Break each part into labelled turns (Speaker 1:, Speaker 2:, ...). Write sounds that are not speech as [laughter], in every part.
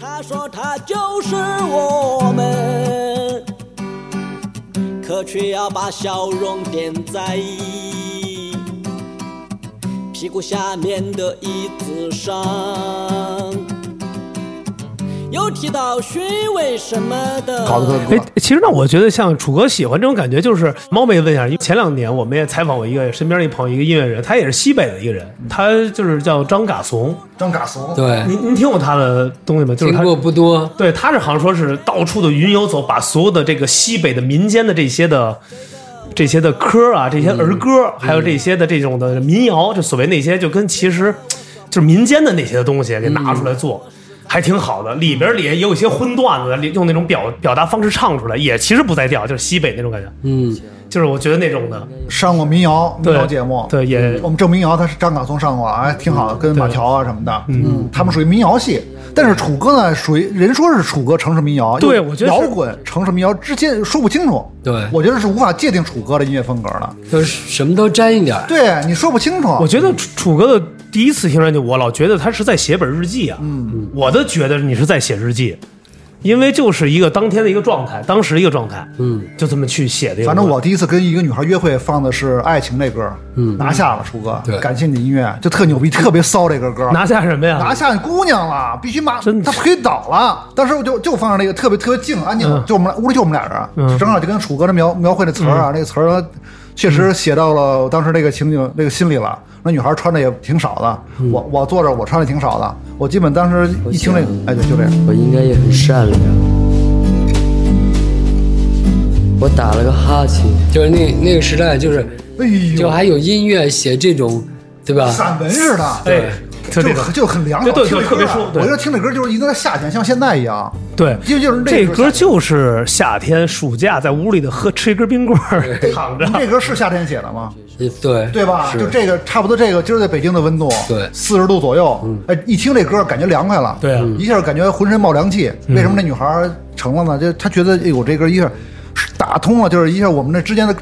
Speaker 1: 他说他就是我们，可却要把笑容点在屁股下面的椅子上。又提到学为什么的，
Speaker 2: 搞得特
Speaker 3: 哎，其实让我觉得像楚哥喜欢这种感觉，就是猫妹问一下，因为前两年我们也采访过一个身边一朋友，一个音乐人，他也是西北的一个人，他就是叫张嘎怂。
Speaker 2: 张嘎怂，
Speaker 4: 对，
Speaker 3: 您您听过他的东西吗？就是
Speaker 4: 听
Speaker 3: 他。
Speaker 4: 过不多，
Speaker 3: 对，他是好像说是到处的云游走，把所有的这个西北的民间的这些的这些的歌啊，这些儿歌，还有这些的这种的民谣，就所谓那些就跟其实就是民间的那些东西给拿出来做。还挺好的，里边儿里也有一些荤段子，里用那种表表达方式唱出来，也其实不在调，就是西北那种感觉，
Speaker 4: 嗯，
Speaker 3: 就是我觉得那种的，
Speaker 2: 上过民谣民
Speaker 3: 对
Speaker 2: 谣节目，嗯
Speaker 3: 对嗯也
Speaker 2: 我们郑民谣他是张嘎松上过，哎，挺好的，跟马条啊什么的，嗯，他们属于民谣系。但是楚哥呢，属于人说是楚哥城市民谣，
Speaker 3: 对
Speaker 2: 又
Speaker 3: 我觉得是
Speaker 2: 摇滚城市民谣之间说不清楚，
Speaker 4: 对
Speaker 2: 我觉得是无法界定楚哥的音乐风格的，
Speaker 4: 就是什么都沾一点儿。
Speaker 2: 对你说不清楚，
Speaker 3: 我觉得楚楚哥的第一次听上去，我老觉得他是在写本日记啊。嗯，我都觉得你是在写日记，因为就是一个当天的一个状态，当时一个状态，嗯，就这么去写的一个
Speaker 2: 反
Speaker 3: 东西。
Speaker 2: 正我第一次跟一个女孩约会，放的是《爱情》这歌，嗯，拿下了，楚哥，
Speaker 4: 对
Speaker 2: 感谢你的音乐，就特牛逼，特别骚这个歌，
Speaker 3: 拿下什么呀？
Speaker 2: 拿下你姑娘了，必须马，
Speaker 3: 啊真的
Speaker 2: 他推倒了。当时我就就放上那个特别特别静啊安静，就我们俩屋里就我们俩人，啊
Speaker 3: 嗯
Speaker 2: 正好就跟楚哥的描描绘的词儿啊，那个词儿确实
Speaker 3: 嗯
Speaker 2: 写到了我当时那个情景那个心里了。那女孩穿的也挺少的，
Speaker 3: 嗯
Speaker 2: 我我坐着我穿的挺少的，我基本当时一听那个，哎对，就这样。
Speaker 5: 我应该也很善良。我打了个哈欠，
Speaker 4: 就是那那个时代，就是
Speaker 2: 哎呦，
Speaker 4: 就还有音乐写这种，对吧？
Speaker 2: 散文似的，
Speaker 3: 对，特
Speaker 2: 就
Speaker 3: 别的
Speaker 2: 就很凉
Speaker 3: 对
Speaker 2: 爽，
Speaker 3: 对
Speaker 2: 听这
Speaker 3: 对特别
Speaker 2: 歌啊
Speaker 3: 舒服对
Speaker 2: 我就听这歌就是一个在夏天，像现在一样，
Speaker 3: 对，
Speaker 2: 就就是那
Speaker 3: 这
Speaker 2: 个
Speaker 3: 歌就是夏天暑假在屋里的喝吃一根冰棍儿躺着。
Speaker 2: 这歌是夏天写的吗？
Speaker 4: 对
Speaker 2: 对吧？
Speaker 4: 是
Speaker 2: 就这个差不多，这个今儿在北京的温度，
Speaker 4: 对嗯
Speaker 2: 四十度左右。哎，一听这歌感觉凉快了，嗯
Speaker 3: 对啊嗯
Speaker 2: 一下感觉浑身冒凉气。为什么那女孩儿成了呢？就她觉得，哎呦，这歌一下打通了，就是一下我们这之间的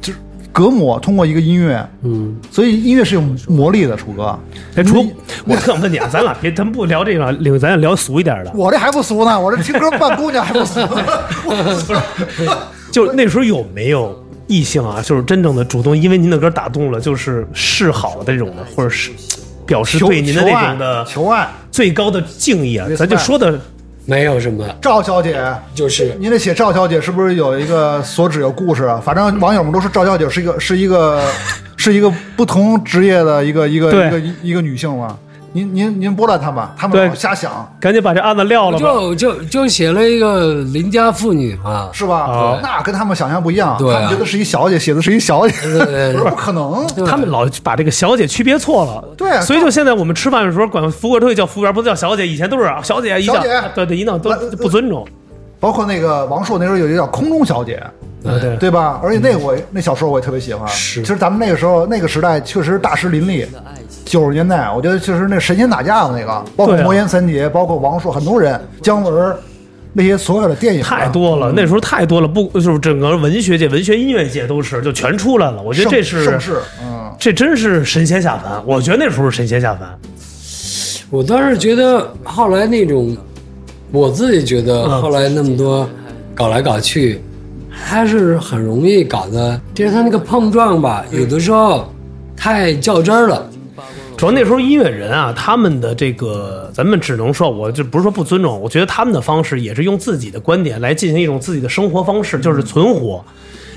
Speaker 2: 就是隔膜，通过一个音乐，嗯，所以音乐是有魔力的，楚哥。
Speaker 3: 哎，楚，我特想问你啊，咱俩别，咱不聊这个领，咱聊俗一点的。
Speaker 2: 我这还不俗呢，我这听歌扮姑娘还不俗，我
Speaker 3: 就那时候有没有异性啊，就是真正的主动，因为您的歌打动了，就是示好的这种的，或者 [laughs] 是表示
Speaker 2: 求
Speaker 3: 对您的
Speaker 2: 求
Speaker 3: 那
Speaker 2: 爱
Speaker 3: 种
Speaker 2: [laughs]
Speaker 3: 的
Speaker 2: 求爱。
Speaker 3: 最高的敬意啊，
Speaker 2: Respect
Speaker 3: 咱就说的
Speaker 4: 没有什么，
Speaker 2: 赵小姐，
Speaker 4: 就是
Speaker 2: 您这写赵小姐是不是有一个所指有故事啊？反正网友们都说赵小姐是一个是一个
Speaker 3: [laughs]
Speaker 2: 是一个不同职业的一个一个
Speaker 3: 对
Speaker 2: 一个一个女性嘛。您您您拨乱他们，他们
Speaker 3: 对
Speaker 2: 老瞎想
Speaker 3: 赶紧把这案子撂了吧。
Speaker 4: 就就就写了一个邻家妇女嘛，
Speaker 2: 是吧？
Speaker 3: 哦
Speaker 2: 那跟他们想象不一样，
Speaker 4: 对啊
Speaker 2: 他们觉得是一小姐，写的是一小姐，
Speaker 4: 对对
Speaker 2: 不是 [laughs]
Speaker 4: 对
Speaker 2: 不可能。
Speaker 3: 他们老把这个小姐区别错了，
Speaker 2: 对啊
Speaker 3: 所以就现在我们吃饭的时候管服务员都会叫服务员，不叫小姐，以前都是啊小姐一叫
Speaker 2: 小姐，
Speaker 3: 对对，一弄都
Speaker 2: 来
Speaker 3: 不尊重，
Speaker 2: 包括那个王朔那时候有一个叫空中小姐，
Speaker 3: 对对嗯
Speaker 2: 对吧？而且那个我、那小说我也特别喜欢。
Speaker 4: 是
Speaker 2: 其实咱们那个时候那个时代确实大师林立，九十年代我觉得确实那神仙打架的那个，包括
Speaker 3: 对啊
Speaker 2: 魔岩三杰，包括王朔，很多人姜文儿那些所有的电影啊
Speaker 3: 太多了，那时候太多了，不就是整个文学界、文学音乐界都是就全出来了，我觉得
Speaker 2: 盛
Speaker 3: 这是
Speaker 2: 盛世，嗯，
Speaker 3: 这真是神仙下凡，我觉得那时候是神仙下凡，
Speaker 4: 我当时觉得后来那种，我自己觉得
Speaker 3: 嗯
Speaker 4: 后来那么多搞来搞去，还是很容易搞的。就是他那个碰撞吧，有的时候太较真儿了。
Speaker 3: 主要那时候音乐人啊，他们的这个，咱们只能说，我就不是说不尊重，我觉得他们的方式也是用自己的观点来进行一种自己的生活方式，
Speaker 2: 嗯
Speaker 3: 就是存活。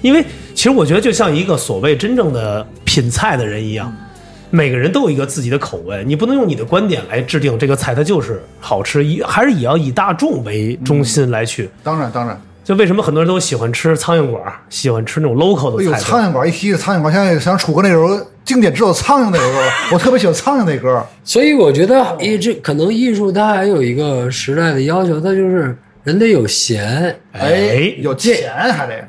Speaker 3: 因为其实我觉得，就像一个所谓真正的品菜的人一样，
Speaker 2: 嗯
Speaker 3: 每个人都有一个自己的口味，你不能用你的观点来制定这个菜它就是好吃，以还是也要以大众为中心来去。
Speaker 2: 当然当然。
Speaker 3: 就为什么很多人都喜欢吃苍蝇馆儿，喜欢吃那种 local
Speaker 2: 哎
Speaker 3: 的
Speaker 2: 呦，
Speaker 3: 菜
Speaker 2: 苍
Speaker 3: 色？
Speaker 2: 蝇馆一提起苍蝇馆，现在想楚哥那首经典只有苍蝇那首歌，我特别喜欢苍蝇那歌。
Speaker 4: 所以我觉得，一直可能艺术它还有一个时代的要求，它就是人得有闲，
Speaker 3: [laughs] 哎，
Speaker 2: 有钱还得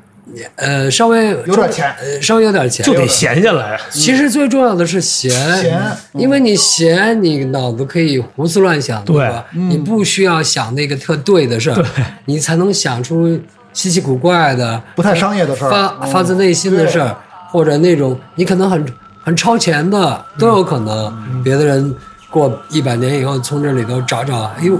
Speaker 4: 呃，稍微
Speaker 2: 有点钱
Speaker 4: 呃，稍微有点钱
Speaker 3: 就得闲下来。啊
Speaker 4: 其实最重要的是闲，
Speaker 2: 闲嗯
Speaker 4: 因为你闲，你脑子可以胡思乱想，
Speaker 3: 对
Speaker 4: 吧？你
Speaker 2: 嗯
Speaker 4: 不需要想那个特对的事儿，你才能想出稀奇古怪的、
Speaker 2: 不太商业的事儿
Speaker 4: 发
Speaker 2: 嗯
Speaker 4: 发自内心的事儿，
Speaker 2: 嗯
Speaker 4: 或者那种你可能很很超前的都有可能。别的人过一百年以后从这里头找找，哎呦，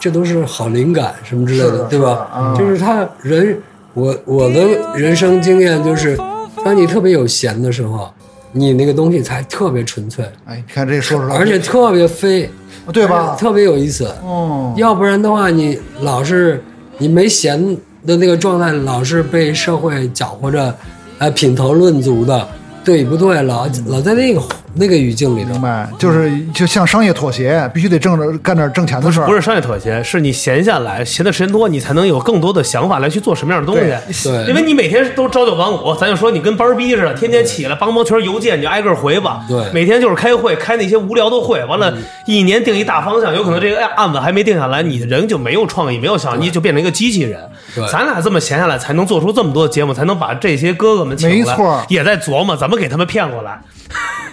Speaker 4: 这都是好灵感什么之类
Speaker 2: 是的
Speaker 4: 对吧？
Speaker 2: 是的嗯
Speaker 4: 就是他人，我我的人生经验就是，当你特别有闲的时候，你那个东西才特别纯粹，
Speaker 2: 哎，你看这说出来，
Speaker 4: 而且特别飞，
Speaker 2: 对吧？
Speaker 4: 特别有意思。
Speaker 2: 嗯，
Speaker 4: 要不然的话，你老是你没闲的那个状态，老是被社会搅和着，呃，品头论足的，对不对？老老在那个那个语境里头
Speaker 2: 明，白，就是就向商业妥协，必须得挣着干点挣钱的事儿。
Speaker 3: 不是商业妥协，是你闲下来，闲的时间多，你才能有更多的想法来去做什么样的东西。
Speaker 4: 对对
Speaker 3: 因为你每天都朝九晚五，咱就说你跟班儿逼似的，天天起来帮帮圈邮件，你就挨个回吧。
Speaker 4: 对嗯
Speaker 3: 每天就是开会，开那些无聊的会，完了，一年定一大方向，有可能这个案子还没定下来，你的人就没有创意，没有想法，你就变成一个机器人
Speaker 4: 对。
Speaker 3: 咱俩这么闲下来，才能做出这么多节目，才能把这些哥哥们请来。
Speaker 2: 没错
Speaker 3: 也在琢磨怎么给他们骗过来。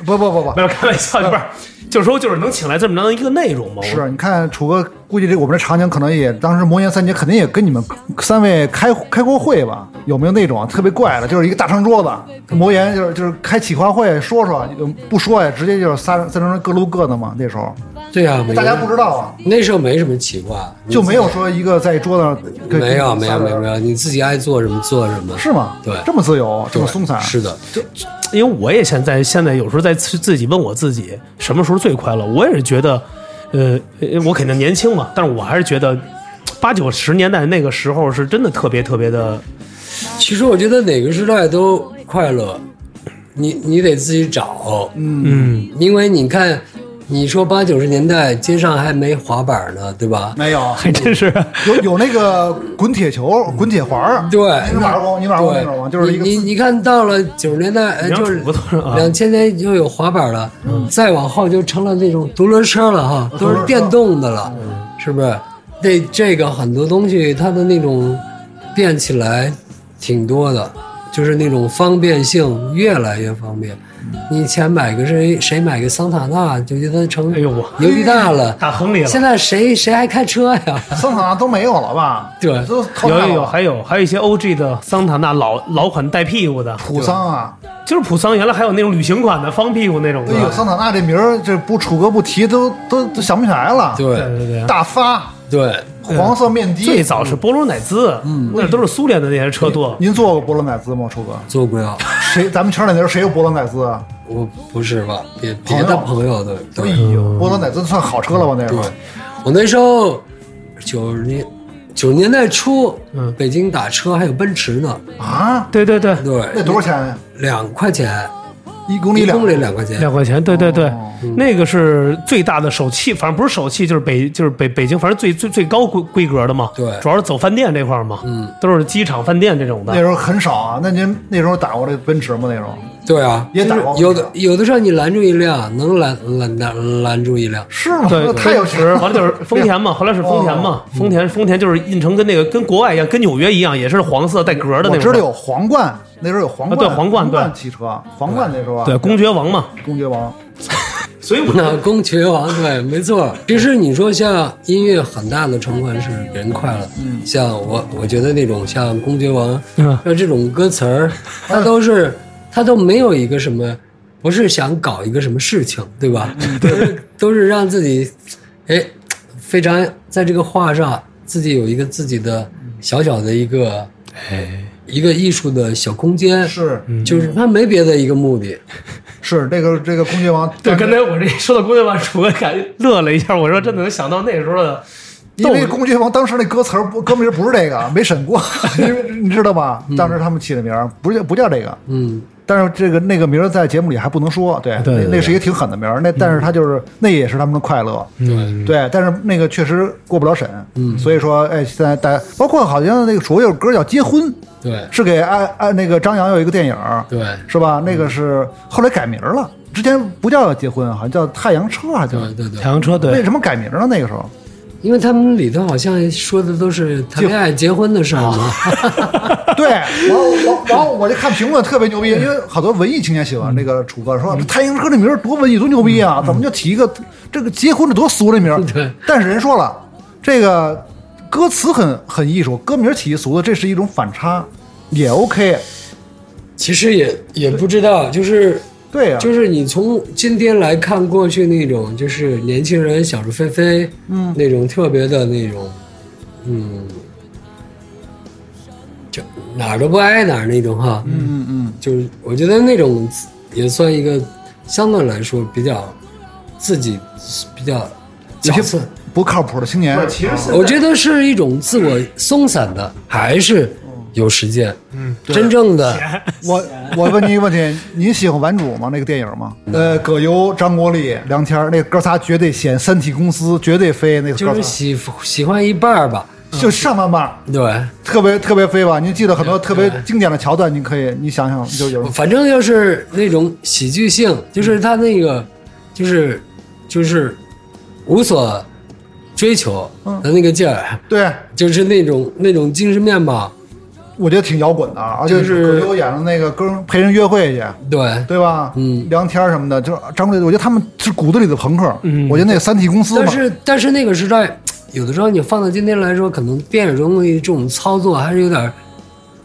Speaker 2: 不不不不
Speaker 3: 没，有开玩笑，不是，就是说就是能请来这么着一个内容嘛。我
Speaker 2: 嗯是你看楚哥，估计这我们这场景可能也当时魔岩三杰肯定也跟你们三位开开过会吧？有没有那种特别怪的，就是一个大长桌子，魔岩就是就是开企划会说说，就不说呀，直接就是仨三成人各撸各的嘛。那时候
Speaker 4: 对啊，每个
Speaker 2: 大家不知道啊，
Speaker 4: 那时候没什么奇怪，
Speaker 2: 就没有说一个在桌子上跟
Speaker 4: 没有没
Speaker 2: 仨
Speaker 4: 有
Speaker 2: 人
Speaker 4: 没有没有，你自己爱做什么做什么，
Speaker 2: 是吗？
Speaker 4: 对
Speaker 2: 这么自由，这
Speaker 4: 对
Speaker 2: 么松散，啊
Speaker 4: 是的，
Speaker 3: 因为我也现在现在有时候在自自己问我自己什么时候最快乐，我也是觉得，呃，呃我肯定年轻嘛，但是我还是觉得八九十年代那个时候是真的特别特别的，
Speaker 4: 其实我觉得哪个时代都快乐，你你得自己找，
Speaker 3: 嗯，
Speaker 4: 因为你看，你说八九十年代街上还没滑板呢，对吧？
Speaker 2: 没有。
Speaker 3: 还真 [laughs] 是。
Speaker 2: 有有那个滚铁球、滚铁环儿，
Speaker 4: 嗯对
Speaker 2: 你玩过吗？你玩过那
Speaker 4: 对
Speaker 2: 种吗？就是一个
Speaker 4: 你你你看到了九十年代，哎，
Speaker 3: 你让
Speaker 4: 就是
Speaker 3: 主播多少啊嗯
Speaker 4: 两千年就有滑板了，再往后就成了那种独轮车了
Speaker 2: 啊
Speaker 4: 哈，都是电动的了，
Speaker 2: 嗯
Speaker 4: 是不是？那这个很多东西它的那种变起来挺多的，就是那种方便性越来越方便。
Speaker 2: 嗯
Speaker 4: 你以前买个谁谁买个桑塔纳就觉得成
Speaker 3: 哎呦我
Speaker 4: 牛逼大了，
Speaker 3: 大亨利了
Speaker 4: 现在谁谁还开车呀？
Speaker 2: [laughs] 桑塔纳都没有了吧？
Speaker 4: 对
Speaker 2: 都淘汰了吧
Speaker 3: 有有有，还有还有一些 O G 的桑塔纳老老款带屁股的，
Speaker 2: 普桑啊，
Speaker 3: 就是普桑，原来还有那种旅行款的方屁股那种的
Speaker 2: 哎。呦，桑塔纳这名儿，这不楚哥不提都都都想不起来了。
Speaker 3: 对
Speaker 4: 对
Speaker 3: [laughs] 对对，啊
Speaker 2: 大发，
Speaker 4: 对，
Speaker 2: 黄色面的，
Speaker 3: 最早是波罗乃兹，嗯，那都是苏联的那些车多。
Speaker 2: 您坐过波罗乃兹吗，楚哥？
Speaker 4: 做不了。
Speaker 2: 谁？咱们圈里那时候谁有波罗乃兹啊？
Speaker 4: 我不是吧？别
Speaker 2: 朋
Speaker 4: 别
Speaker 2: 友
Speaker 4: 的朋友的，
Speaker 2: 哎
Speaker 4: 对
Speaker 2: 呦，波罗乃兹算好车了吧？那时
Speaker 4: 对
Speaker 2: 候，
Speaker 4: 我那时候九十年九十年代初，
Speaker 3: 嗯
Speaker 4: 北京打车还有奔驰呢，
Speaker 2: 啊，
Speaker 3: 对对对，
Speaker 2: 那
Speaker 4: 对，
Speaker 2: 多少钱呀？
Speaker 4: 两块钱，
Speaker 2: 一公里
Speaker 4: 一
Speaker 2: 两
Speaker 4: 公里两块钱
Speaker 3: 两，块钱，对对对，那个是最大的首汽，反正不是首汽，就是北就是北北京，反正最最最高规规格的嘛。
Speaker 4: 对
Speaker 3: 主要是走饭店这块儿嘛，嗯，都是机场饭店这种
Speaker 2: 那
Speaker 3: 的。
Speaker 2: 时候很少啊。那您那时候打过这奔驰吗？那时候
Speaker 4: 对啊，
Speaker 2: 也打
Speaker 4: 就是
Speaker 2: 过
Speaker 4: 有的有的时候你拦住一辆，能拦拦拦拦住一辆，
Speaker 2: 是吗？
Speaker 3: 对，
Speaker 2: 那太有钱
Speaker 3: 奔驰
Speaker 2: 了。
Speaker 3: 完了哦嗯就是 [laughs] 丰田嘛，后来是丰田嘛，丰田丰田就是印成跟那个跟国外一样，跟纽约一样，也是黄色带格的
Speaker 2: 我
Speaker 3: 那种。
Speaker 2: 知道有皇冠，那时候有皇冠，
Speaker 3: 啊对皇冠
Speaker 2: 冠
Speaker 3: 对
Speaker 2: 汽车，皇冠那时候啊
Speaker 3: 对，公爵王嘛，
Speaker 2: 公爵王，
Speaker 3: 所以我
Speaker 4: [laughs] 那公爵王对，没错。其实你说像音乐很大的成分是给人快乐，嗯，像我我觉得那种像公爵王，
Speaker 3: 嗯
Speaker 4: 像这种歌词儿，它都是它都没有一个什么，不是想搞一个什么事情，对吧？都是都是让自己，哎，非常在这个画上自己有一个自己的小小的一个，哎，一个艺术的小空间，
Speaker 2: 是
Speaker 3: 嗯
Speaker 4: 就是它没别的一个目的，
Speaker 2: 是这个这个公爵王，
Speaker 3: 对刚才我这一说到公爵王，主播感觉乐了一下，我说真的能想到那时候的。
Speaker 2: 因为公爵王当时那歌词儿不歌名儿不是这个，没审过，因为你知道吧？当时他们起的名儿不叫不叫这个，
Speaker 4: 嗯。
Speaker 2: 但是这个那个名儿在节目里还不能说，对，
Speaker 3: 对对
Speaker 2: 那
Speaker 3: 对
Speaker 2: 那是一个挺狠的名儿，那但是他就是、那也是他们的快乐，
Speaker 3: 嗯，
Speaker 2: 对，但是那个确实过不了审，嗯，所以说，哎，现在大家包括好像那个所有歌叫《结婚》，
Speaker 4: 对
Speaker 2: 是给按按那个张扬有一个电影儿，
Speaker 4: 对
Speaker 2: 是吧？那个是后来改名儿了，之前不叫《结婚》，好像叫《太阳车》还叫
Speaker 4: 对，对对
Speaker 3: 太，阳车
Speaker 2: 为
Speaker 3: 对，
Speaker 2: 什么改名儿了？那个时候。
Speaker 4: 嗯 [laughs] 因为他们里头好像说的都是谈恋爱、结婚的事儿嘛。啊 [laughs]
Speaker 2: 对，然后我然后我就看评论特别牛
Speaker 4: 嗯
Speaker 2: 逼，因为好多文艺青年喜欢这个楚哥，说这太阳车这名儿多文艺多牛逼啊，怎么就起一个这个结婚这多俗这名儿？
Speaker 4: 嗯 [laughs] 对
Speaker 2: 但是人说了，这个歌词很很艺术，歌名起一俗的，这是一种反差，也 OK。
Speaker 4: 其实也也不知道，就是
Speaker 2: 对呀、啊
Speaker 4: 就是你从今天来看过去那种，就是年轻人想入非非，嗯，那种特别的那种，嗯，就哪儿都不挨哪儿那种哈，
Speaker 2: 嗯嗯
Speaker 4: 就是我觉得那种也算一个相对来说比较自己比较
Speaker 2: 有
Speaker 4: 角
Speaker 2: 些
Speaker 4: 色，
Speaker 2: 不靠谱的青年啊
Speaker 3: 不，是其实现在
Speaker 4: 我觉得是一种自我松散的，还是有实践，嗯，真正的
Speaker 2: 我我问你一个问题，你喜欢《顽主》吗？那个电影吗？
Speaker 4: 嗯
Speaker 2: 呃，葛优、张国立、梁天儿，那哥仨绝对显三体公司绝对飞，那个
Speaker 4: 就
Speaker 2: 哥
Speaker 4: [laughs] 是
Speaker 2: 仨
Speaker 4: 喜喜欢一半儿吧，
Speaker 2: 就上半半儿
Speaker 4: 对。
Speaker 2: 特别特别飞吧。您记得很多特别经典的桥段，你可以你想想，就有人
Speaker 4: 反正就是那种喜剧性，就是他那个，就是就是无所追求的那个劲儿，
Speaker 2: 对，
Speaker 4: 就是那种那种精神面貌。
Speaker 2: 我觉得挺摇滚的啊，而且
Speaker 4: 就
Speaker 2: 葛
Speaker 4: 是
Speaker 2: 优演的那个跟陪人约会去，
Speaker 4: 对，
Speaker 2: 对吧？
Speaker 4: 嗯
Speaker 2: 梁天儿什么的，就是张国立，我觉得他们是骨子里的朋克。
Speaker 3: 嗯
Speaker 2: 我觉得那个三体公司
Speaker 4: 但
Speaker 2: 嘛，
Speaker 4: 是但是那个时代，有的时候你放到今天来说，可能电影中的这种操作还是有点儿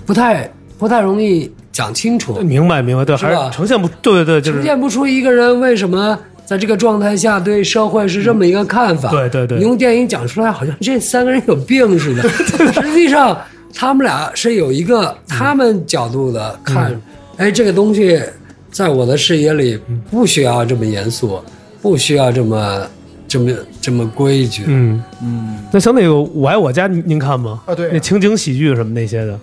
Speaker 4: 不太不太容易讲清楚，
Speaker 3: 明白明白，对，
Speaker 4: 是
Speaker 3: 还
Speaker 4: 吧
Speaker 3: 是呈现不，对嗯对对，就
Speaker 4: 呈
Speaker 3: 是
Speaker 4: 现不出一个人为什么。在这个状态下，对社会是这么一个看法。
Speaker 3: 对对对
Speaker 4: 你用电影讲出来，好像这三个人有
Speaker 3: [laughs]
Speaker 4: 病似的。实际上，他们俩是有一个他们角度的看。
Speaker 3: 嗯
Speaker 4: 哎，这个东西在我的视野里不需要这么严肃，不需要这么这么这么规矩。
Speaker 3: 嗯嗯。那像那个《我爱我家》，您您看吗？
Speaker 2: 啊对
Speaker 3: 那情景喜剧什么那些的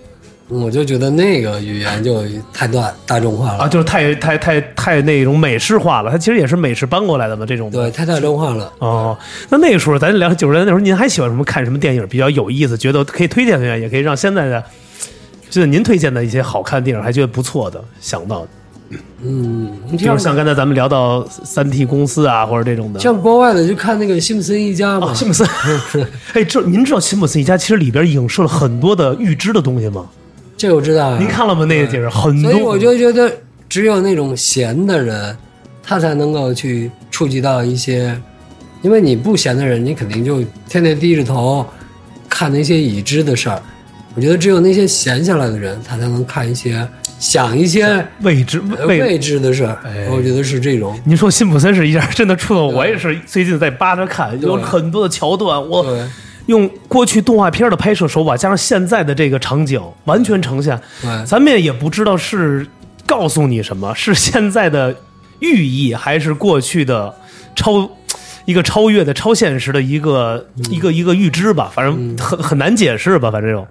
Speaker 4: 我就觉得那个语言就太大大众化了，
Speaker 3: 啊，就是太太太太那种美式化了，它其实也是美式搬过来的嘛，这种的
Speaker 4: 对，太大众化了。
Speaker 3: 哦，那那个时候咱聊九十年代那时候，您还喜欢什么看什么电影比较有意思？觉得可以推荐推荐，也可以让现在的，就是您推荐的一些好看的电影，还觉得不错的，想到的，
Speaker 4: 嗯，
Speaker 3: 比如像刚才咱们聊到三 T 公司啊，或者这种的。
Speaker 4: 像国外的就看那个《辛普森一家》
Speaker 3: 啊，
Speaker 4: 嘛，
Speaker 3: 辛
Speaker 4: [laughs]
Speaker 3: 普森，哎，这您知道辛普森一家其实里边影射了很多的预知的东西吗？
Speaker 4: 这我知道啊。
Speaker 3: 您看了吗？那个电影很多，
Speaker 4: 所以我就觉得，只有那种闲的人，他才能够去触及到一些，因为你不闲的人，你肯定就天天低着头看那些已知的事儿。我觉得只有那些闲下来的人，他才能看一些、想一些
Speaker 3: 未知
Speaker 4: 呃
Speaker 3: 未
Speaker 4: 未知的事儿
Speaker 3: 哎。
Speaker 4: 我觉得是这种。
Speaker 3: 您说辛普森是一家真的触动我，也是最近在扒着看，有
Speaker 4: 对
Speaker 3: 很多的桥段，我
Speaker 4: 对
Speaker 3: 用过去动画片的拍摄手法，加上现在的这个场景，完全呈现。
Speaker 4: 对
Speaker 3: 咱们也不知道是告诉你什么，是现在的寓意，还是过去的超一个超越的超现实的一个、
Speaker 4: 嗯
Speaker 3: 一个一个预知吧，反正很、很难解释吧，反正这种。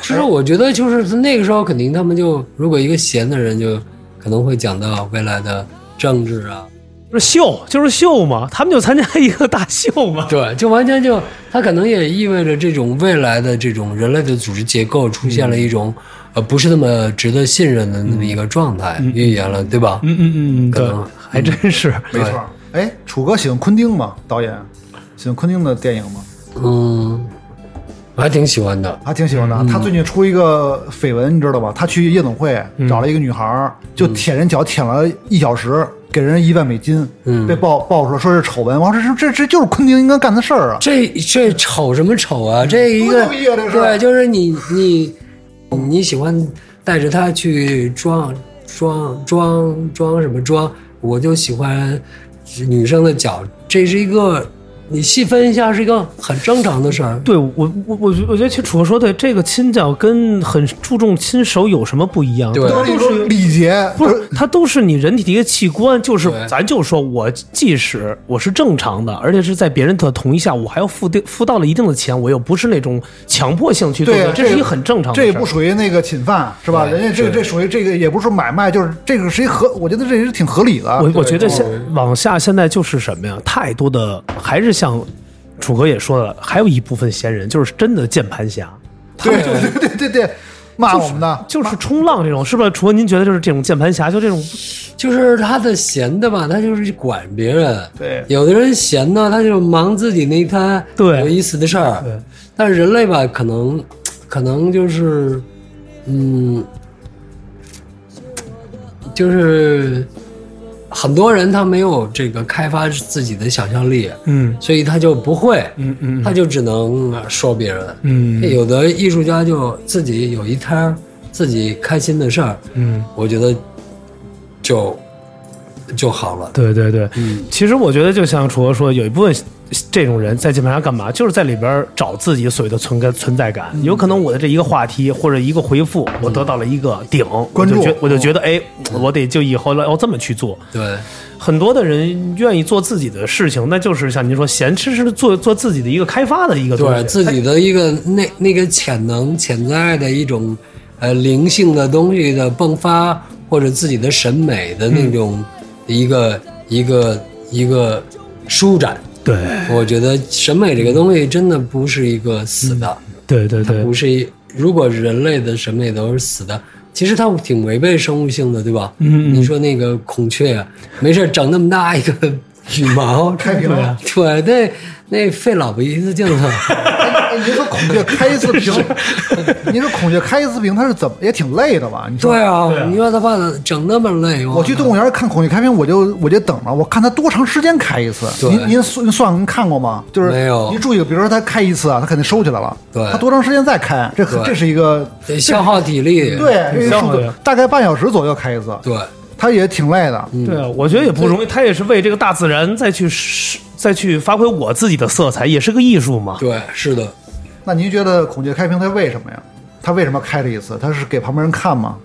Speaker 4: 其实我觉得就是那个时候，肯定他们就如果一个闲的人，就可能会讲到未来的政治啊，
Speaker 3: 就是秀，就是秀嘛，他们就参加一个大秀
Speaker 4: [laughs]
Speaker 3: 嘛。
Speaker 4: 对，就完全就它可能也意味着这种未来的这种人类的组织结构出现
Speaker 3: 嗯
Speaker 4: 了一种、呃不是那么值得信任的那么一个状态，预言了，对吧？
Speaker 3: 嗯嗯嗯嗯嗯，对
Speaker 4: 可能，
Speaker 3: 还真是。
Speaker 2: 没错。哎，楚哥喜欢昆汀吗？导演喜欢昆汀的电影吗？
Speaker 4: 嗯，我还挺喜欢的。
Speaker 2: 还挺喜欢的。
Speaker 3: 嗯
Speaker 2: 他最近出一个绯闻，你知道吧？他去夜总会
Speaker 3: 嗯
Speaker 2: 找了一个女孩儿，就舔人脚舔了一小时，给人一万美金，
Speaker 4: 嗯
Speaker 2: 被爆爆出来说是丑闻。我说这这这就是昆汀应该干的事儿啊！
Speaker 4: 这这丑什么丑啊？这一个
Speaker 2: 嗯多牛逼啊这事儿
Speaker 4: 对，就是你你嗯你喜欢带着他去装装装装什么装？我就喜欢女生的脚，这是一个你细分一下是一个很正常的事儿。
Speaker 3: 对我，我我觉我觉得其实楚哥说对，这个亲脚跟很注重亲手有什么不一样？
Speaker 4: 对
Speaker 2: 都是一种礼节，
Speaker 3: 不是，它都是你人体的一个器官，就是
Speaker 4: 对
Speaker 3: 咱就说我即使我是正常的，而且是在别人的同意下，我还要付定付到了一定的钱，我又不是那种强迫性去做
Speaker 2: 对
Speaker 3: 的，
Speaker 2: 啊，
Speaker 3: 这是一个很正常的事
Speaker 2: 这
Speaker 3: 儿。
Speaker 2: 也不属于那个侵犯，是吧？人家这这属于这个，也不是买卖，就是这个是一合，我觉得这也是挺合理的。
Speaker 3: 我我
Speaker 2: 对
Speaker 3: 觉得现往下现在就是什么呀？太多的还是像楚哥也说了，还有一部分闲人就是真的键盘侠，
Speaker 2: 对对对对对，骂我们的，
Speaker 3: 就是冲浪这种，是不是？楚哥，您觉得就是这种键盘侠，就这种
Speaker 4: 就是他的闲的吧，他就是管别人。
Speaker 2: 对
Speaker 4: 有的人闲呢，他就忙自己那一摊
Speaker 3: 对
Speaker 4: 有意思的事儿。
Speaker 3: 对，
Speaker 4: 但是人类吧，可能可能就是，嗯，就是很多人他没有这个开发自己的想象力，
Speaker 3: 嗯
Speaker 4: 所以他就不会，
Speaker 3: 嗯嗯
Speaker 4: 他就只能说别人。
Speaker 3: 嗯
Speaker 4: 有的艺术家就自己有一摊儿自己开心的事儿，
Speaker 3: 嗯
Speaker 4: 我觉得就就好了。
Speaker 3: 对对对，
Speaker 4: 嗯
Speaker 3: 其实我觉得就像楚哥说，有一部分这种人在键盘上干嘛，就是在里边找自己所谓的存在存在感。
Speaker 4: 嗯
Speaker 3: 有可能我的这一个话题或者一个回复，我得到了一个顶，
Speaker 2: 关注
Speaker 3: 我就觉我就觉
Speaker 4: 嗯
Speaker 3: 得哎，我得就以后要这么去做。
Speaker 4: 对，
Speaker 3: 很多的人愿意做自己的事情，那就是像您说，闲吃是做做自己的一个开发的一个东西，
Speaker 4: 对自己的一个那那个潜能、潜在的一种呃灵性的东西的迸发，或者自己的审美的那种
Speaker 3: 嗯
Speaker 4: 一个、一个一个舒展。
Speaker 3: 对
Speaker 4: 我觉得审美这个东西真的不是一个死的，
Speaker 3: 对对对
Speaker 4: 不是一。如果人类的审美都是死的，其实它挺违背生物性的，对吧？嗯你说那个孔雀啊，没事儿长那么大一个羽毛，
Speaker 2: 开屏了
Speaker 4: 对，那那费老鼻子劲啊了。
Speaker 2: 哎你说孔雀开一次屏，
Speaker 3: [laughs]
Speaker 2: 你说孔雀开一次屏，它是怎么也挺累的吧？你说
Speaker 4: 对啊，你说他爸整那么累，
Speaker 2: 我去动物园看孔雀开屏，我就我就等着，我看它多长时间开一次。
Speaker 4: 对
Speaker 2: 您您算算您看过吗？就是
Speaker 4: 没有
Speaker 2: 您注意，比如说它开一次啊，它肯定收起来了。
Speaker 4: 对
Speaker 2: 它多长时间再开？这很
Speaker 4: 对
Speaker 2: 这是一个
Speaker 4: 得消耗体力。
Speaker 2: 对这个
Speaker 3: 消
Speaker 2: 数
Speaker 3: 耗
Speaker 2: 字
Speaker 3: 的，
Speaker 2: 大概半小时左右开一次。
Speaker 4: 对嗯
Speaker 2: 它也挺累的。
Speaker 3: 对啊，我觉得也不容易，他也是为这个大自然再去是再去发挥我自己的色彩，也是个艺术嘛。
Speaker 4: 对，是的，
Speaker 2: 那您觉得孔雀开屏它为什么呀？它为什么开这一次？它是给旁边人看吗？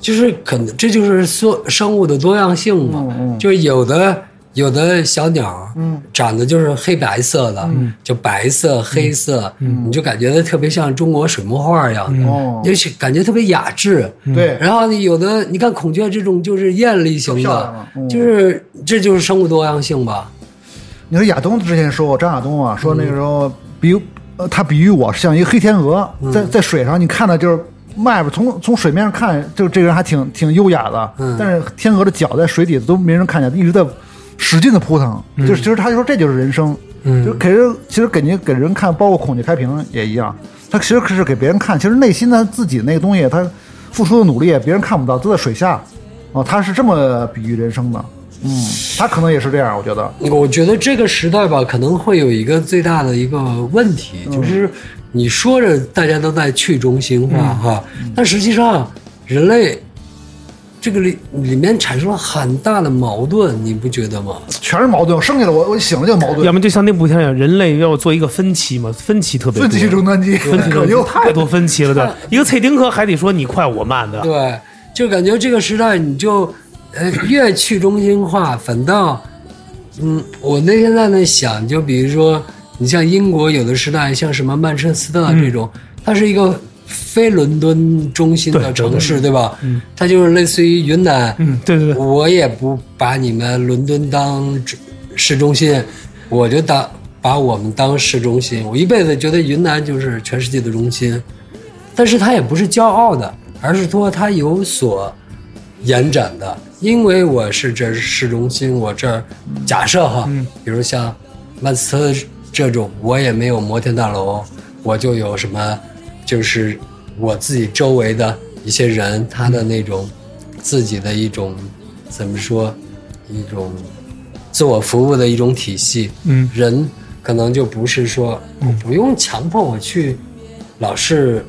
Speaker 4: 就是可能这就是说生物的多样性嘛，
Speaker 2: 嗯
Speaker 4: 就是有的有的小鸟，嗯，长得就是黑白色的，
Speaker 2: 嗯
Speaker 4: 就白色、黑色，你就感觉它特别像中国水墨画一样的，
Speaker 2: 哦嗯
Speaker 4: 也许感觉特别雅致。
Speaker 2: 对，
Speaker 4: 然后呢，有的你看孔雀这种就是艳丽型
Speaker 2: 漂亮
Speaker 4: 的
Speaker 2: 了，嗯
Speaker 4: 就是这就是生物多样性吧？
Speaker 2: 你说亚东之前说过，张亚东啊，说
Speaker 4: 嗯
Speaker 2: 那个时候比喻、呃他比喻我像一个黑天鹅，
Speaker 4: 嗯
Speaker 2: 在在水上，你看的就是外边从从水面上看，就这个人还挺挺优雅的，
Speaker 4: 嗯
Speaker 2: 但是天鹅的脚在水底都没人看见，一直在使劲的扑腾，就是其实他就说这就是人生，
Speaker 4: 嗯
Speaker 2: 就是给人其实给您给人看，包括孔雀开屏也一样，他其实是给别人看，其实内心他自己那个东西，他付出的努力别人看不到，都在水下，哦，他是这么比喻人生的，嗯，他可能也是这样，我觉得，
Speaker 4: 我觉得这个时代吧，可能会有一个最大的一个问题，就是你说着大家都在去中心化、哈，但实际上人类这个里里面产生了很大的矛盾，你不觉得吗？
Speaker 2: 全是矛盾，我生下来我我醒了就矛
Speaker 3: [laughs] 要
Speaker 2: 盾，
Speaker 3: 么就像那部片一样，人类要做一个分歧嘛，分歧特别多，
Speaker 2: 分歧终端机，
Speaker 3: 分歧
Speaker 2: 可又
Speaker 3: 太多分歧了，对，一个蔡丁克还得说你快我慢的，
Speaker 4: 对，就感觉这个时代你就呃 [coughs] 越去中心化，反倒嗯，我那天在那想，就比如说你像英国有的时代，像什么曼彻斯特啊
Speaker 3: 嗯
Speaker 4: 这种，它是一个非伦敦中心的
Speaker 3: 对
Speaker 4: 城市，对吧？它就是类似于云南，
Speaker 3: 嗯，对对对，
Speaker 4: 我也不把你们伦敦当市中心，我就当把我们当市中心。我一辈子觉得云南就是全世界的中心，但是它也不是骄傲的，而是说它有所延展的。因为我是这儿市中心，我这儿假设哈，比如像曼彻斯特这种，我也没有摩天大楼，我就有什么，就是我自己周围的一些人，他的那种自己的一种怎么说，一种自我服务的一种体系。
Speaker 3: 嗯，
Speaker 4: 人可能就不是说我不用强迫我去，老是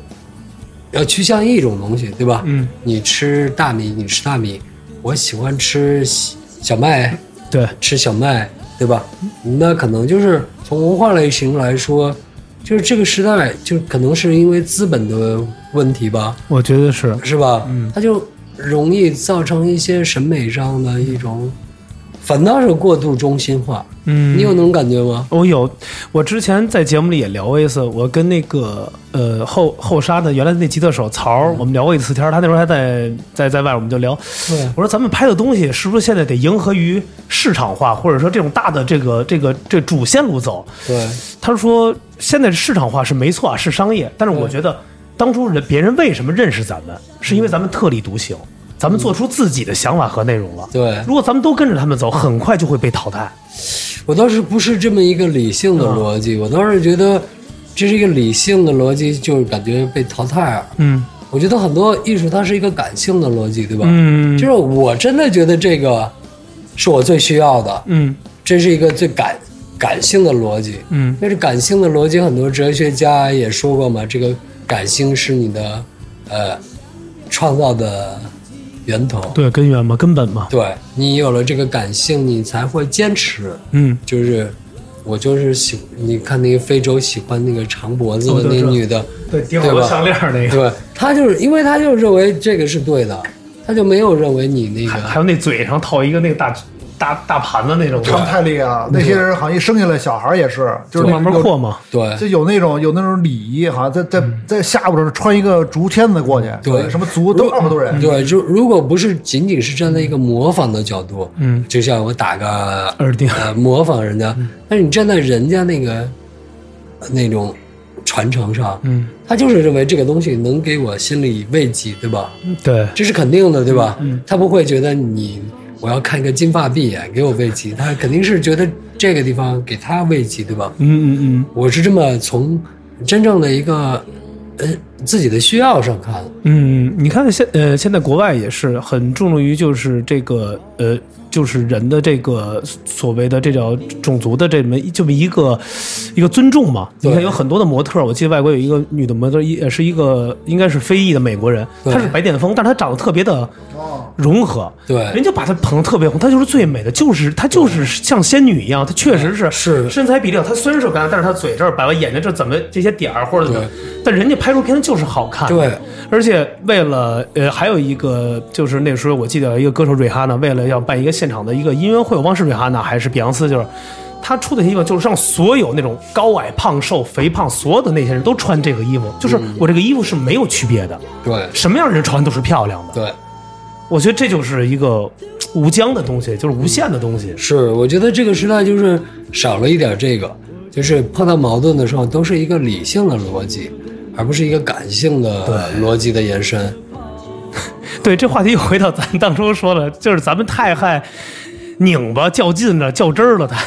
Speaker 4: 要趋向一种东西，对吧？
Speaker 3: 嗯，
Speaker 4: 你吃大米，你吃大米，我喜欢吃小小麦，
Speaker 3: 对，
Speaker 4: 吃小麦，对吧？那可能就是从文化类型来说，就是这个时代，就可能是因为资本的问题吧，
Speaker 3: 我觉得是，
Speaker 4: 是吧？嗯，它就容易造成一些审美上的一种，反倒是过度中心化。
Speaker 3: 嗯，
Speaker 4: 你有那种感觉吗？
Speaker 3: 我有，我之前在节目里也聊过一次，我跟那个呃后后沙的原来那吉他手曹儿，我们聊过一次天儿，他那时候还在在在外边，我们就聊，
Speaker 4: 对
Speaker 3: 我说咱们拍的东西是不是现在得迎合于市场化，或者说这种大的这个这个这主线路走？
Speaker 4: 对，
Speaker 3: 他说现在市场化是没错啊，是商业，但是我觉得当初人别人为什么认识咱们，是因为咱们特立独行，咱们做出自己的想法和内容了。
Speaker 4: 对
Speaker 3: 如果咱们都跟着他们走，很快就会被淘汰。
Speaker 4: 我倒是不是这么一个理
Speaker 3: 嗯
Speaker 4: 性的逻辑，我倒是觉得这是一个理性的逻辑，就是感觉被淘汰了。
Speaker 3: 嗯
Speaker 4: 我觉得很多艺术它是一个感性的逻辑，对吧？
Speaker 3: 嗯
Speaker 4: 就是我真的觉得这个是我最需要的，
Speaker 3: 嗯
Speaker 4: 这是一个最感感性的逻辑。
Speaker 3: 嗯，
Speaker 4: 那是感性的逻辑，很多哲学家也说过嘛，这个感性是你的呃创造的源头。
Speaker 3: 对根源嘛，根本嘛，
Speaker 4: 对你有了这个感性，你才会坚持。
Speaker 3: 嗯，
Speaker 4: 就是我就是喜，你看那个非洲喜欢那个长脖
Speaker 3: 哦
Speaker 4: 子的那女的，
Speaker 3: 对，
Speaker 4: 对吧？
Speaker 3: 那，
Speaker 4: 对，她就是因为她就认为这个是对的，她就没有认为你那
Speaker 3: 还还
Speaker 4: 个
Speaker 3: 有那嘴上套一个那个大大大盘子那种，
Speaker 2: 他们太厉害了。那些人好像一生下来小孩儿也是，就是那
Speaker 3: 慢慢
Speaker 2: 有
Speaker 3: 扩嗯嘛。
Speaker 4: 对
Speaker 2: 就有那种有那种礼仪，好像在在在下边儿穿一个竹签子过去，呃
Speaker 4: 对
Speaker 2: 什么族都二百多人，
Speaker 4: 对，就如果不是仅仅是站在一个模仿的角度，嗯，就像我打个
Speaker 3: 耳钉嗯
Speaker 4: 呃，模仿人家，但是你站在人家那个呃那种传承上，
Speaker 3: 嗯，
Speaker 4: 他就是认为这个东西能给我心理慰藉，对吧？
Speaker 3: 对，
Speaker 4: 这是肯定的，对吧？
Speaker 3: 嗯
Speaker 4: 他不会觉得你我要看一个金发碧眼给我慰藉，他肯定是觉得这个地方给他慰藉，对吧？
Speaker 3: 嗯嗯
Speaker 4: 我是这么从真正的一个呃自己的需要上看，
Speaker 3: 嗯嗯，你看现呃现在国外也是很注重于就是这个呃就是人的这个所谓的这叫种族的这么这么一个一个尊重嘛。你看
Speaker 4: 对
Speaker 3: 有很多的模特儿，我记得外国有一个女的模特儿，也是一个应该是非裔的美国人，
Speaker 4: 对哦
Speaker 3: 她是白癜风，但是她长得特别的融合，
Speaker 4: 对
Speaker 3: 人家把她捧得特别红，她就是最美的，就是她就是像仙女一样，她确实是
Speaker 4: 是
Speaker 3: 身材比例好，她虽然是干，但是她嘴这儿摆完，眼睛这儿怎么这些点儿或者怎么
Speaker 4: 对，
Speaker 3: 但人家拍出片子就是好看，
Speaker 4: 对，
Speaker 3: 啊而且为了呃，还有一个就是那时候我记得有一个歌手瑞哈娜，为了要办一个现场的一个音乐会，我忘是瑞哈娜还是碧昂斯，就是她出的衣服，就是让所有那种高矮胖瘦肥胖所有的那些人都穿这个衣服，就是我这个衣服是没有区别的，
Speaker 4: 对
Speaker 3: 什么样的人穿都是漂亮的。
Speaker 4: 对。
Speaker 3: 我觉得这就是一个无疆的东西，就是无限的东西。
Speaker 4: 是，我觉得这个时代就是少了一点这个，就是碰到矛盾的时候，都是一个理性的逻辑，而不是一个感性的逻辑的延伸。
Speaker 3: 对，这话题又回到咱当初说了，就是咱们太爱拧巴、较劲了、较真儿了，太。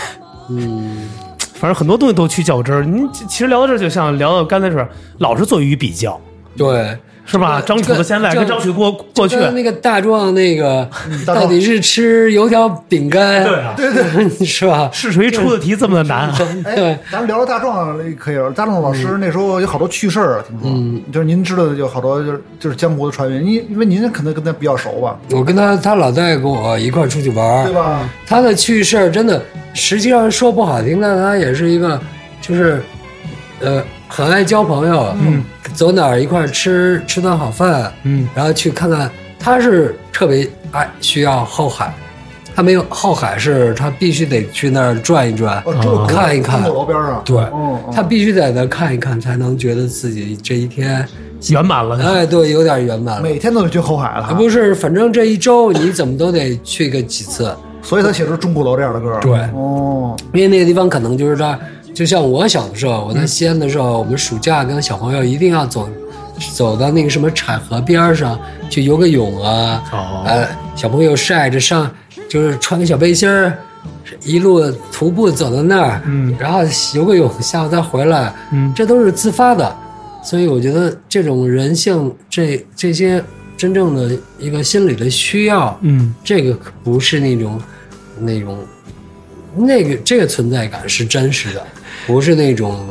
Speaker 3: 嗯，反正很多东西都去较真儿。您其其实聊到这儿，就像聊到刚才是，老是做于比较，
Speaker 4: 对，
Speaker 3: 是吧？
Speaker 4: 这
Speaker 3: 张楚的现在
Speaker 4: 这
Speaker 3: 跟张楚过过去嗯
Speaker 4: 就，跟那个大壮那个到底是吃油条饼干，
Speaker 3: 对啊，
Speaker 2: 对对。
Speaker 4: [laughs] 是吧？
Speaker 3: 是谁出的题这么的难啊？
Speaker 2: 哎
Speaker 4: 对，嗯
Speaker 2: 咱们聊聊大壮可以了。大壮老师那时候有好多趣事儿啊，听说，就是您知道的有好多就是就是江湖的传闻，因因为您可能跟他比较熟吧，
Speaker 4: 我跟他，他老带跟我一块儿出去玩儿
Speaker 2: 对，
Speaker 3: 啊
Speaker 2: 吧？
Speaker 4: 他的趣事儿真的，实际上说不好听，但他也是一个，就是，呃，很爱交朋友，嗯，走哪儿一块儿吃吃顿好饭，
Speaker 3: 嗯，
Speaker 4: 然后去看看，他是特别爱需要后海，他没有后海是他必须得去那儿转一转，
Speaker 2: 哦，住
Speaker 4: 看一看
Speaker 2: 碉楼边上，
Speaker 4: 对，
Speaker 2: 嗯，嗯
Speaker 4: 他必须得在那儿看一看，才能觉得自己这一天，
Speaker 2: 嗯
Speaker 3: [laughs] 圆满了，
Speaker 4: 哎，对，有点圆满了。
Speaker 2: 每天都得去后海了，
Speaker 4: 啊不是，反正这一周你怎么都得去个几次，
Speaker 2: 所以他写出《钟鼓楼》这样的歌。
Speaker 4: 对
Speaker 2: 哦，
Speaker 4: 因为那个地方可能就是这儿，就像我小的时候，我在西安的时候，我们暑假跟小朋友一定要走，走到那个什么产河边儿上去游个泳啊，
Speaker 3: 哦
Speaker 4: 呃，小朋友晒着上，就是穿个小背心儿，一路徒步走到那儿，嗯，然后游个泳，下午再回来，嗯，这都是自发的，所以我觉得这种人性，这这些真正的一个心理的需要，
Speaker 3: 嗯，
Speaker 4: 这个可不是那种那种那个这个存在感是真实的，不是那种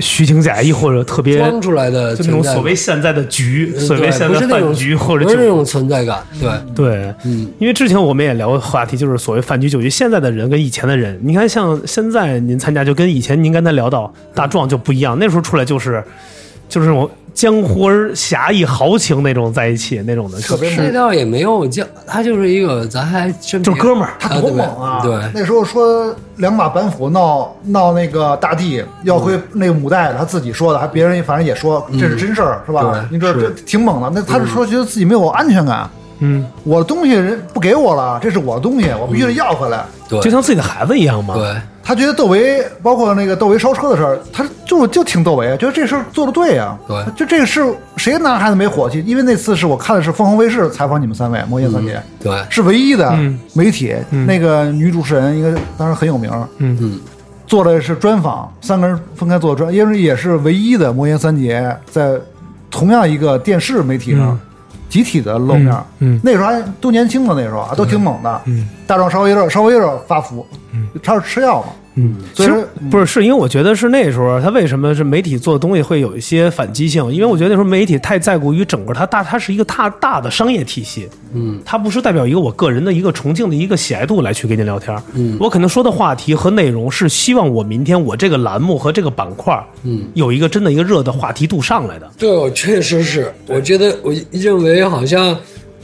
Speaker 3: 虚情假意或者特别
Speaker 4: 装出来的
Speaker 3: 就那种
Speaker 4: 存在
Speaker 3: 所
Speaker 4: 感。
Speaker 3: 谓现在的局，
Speaker 4: 呃
Speaker 3: 所谓
Speaker 4: 对
Speaker 3: 现
Speaker 4: 不
Speaker 3: 在
Speaker 4: 是
Speaker 3: 的
Speaker 4: 那
Speaker 3: 饭
Speaker 4: 种
Speaker 3: 局或者
Speaker 4: 不是
Speaker 3: 酒
Speaker 4: 那种存在感，对，
Speaker 3: 对，
Speaker 4: 嗯，
Speaker 3: 因为之前我们也聊过话题，就是所谓饭局酒局。现在的人跟以前的人，你看像现在您参加，就跟以前您刚才聊到大壮就不一样，那时候出来就是就是那种江湖儿侠义豪情那种在一起那种的，
Speaker 2: 特别
Speaker 3: 就是
Speaker 4: 这倒也没有叫他就是一个，咱还真
Speaker 3: 就是哥们儿。
Speaker 2: 他多猛啊！
Speaker 4: 对对
Speaker 2: 那时候说两把板斧闹闹那个大地要
Speaker 4: 嗯
Speaker 2: 回那个母带，他自己说的，还别人反正也说这是真事儿，是吧
Speaker 4: 对？嗯
Speaker 2: 你这这挺猛的。那他是说觉得自己没有安全感，
Speaker 3: 嗯，
Speaker 2: 我的东西人不给我了，这是我的东西，我必须
Speaker 4: 嗯
Speaker 2: 得要回来。
Speaker 4: 对，
Speaker 3: 就像自己的孩子一样嘛。
Speaker 4: 对，
Speaker 2: 他觉得窦唯，包括那个窦唯烧车的事儿，他就就挺窦唯，觉得这事儿做的对呀、
Speaker 4: 对
Speaker 2: 就这个事儿谁男孩子没火气？因为那次是我看的是凤凰卫视采访你们三位，魔岩三
Speaker 3: 嗯
Speaker 2: 杰，
Speaker 4: 对
Speaker 2: 是唯一的媒体，那个女主持人应该当时很有名，
Speaker 3: 嗯
Speaker 4: 嗯，
Speaker 2: 做的是专访，三个人分开做专，因为也是唯一的魔岩三杰在同样一个电视媒体上。集体的露面，
Speaker 3: 嗯嗯
Speaker 2: 那时候还都年轻的，那时候啊，都挺猛的，
Speaker 3: 嗯
Speaker 2: 大壮稍微有点稍微有点发福，他是吃药嘛，
Speaker 3: 嗯，其
Speaker 2: 所以
Speaker 3: 实
Speaker 2: 说
Speaker 3: 不是，是因为我觉得是那时候他为什么是媒体做的东西会有一些反击性，因为我觉得那时候媒体太在乎于整个它大，它是一个大大的商业体系，嗯，它不是代表一个我个人的一个崇敬的一个喜爱度来去跟您聊天，嗯，我可能说的话题和内容是希望我明天我这个栏目和这个板块，嗯，有一个真的一个热的话题度上来的，
Speaker 4: 对，我确实是，我觉得我认为好像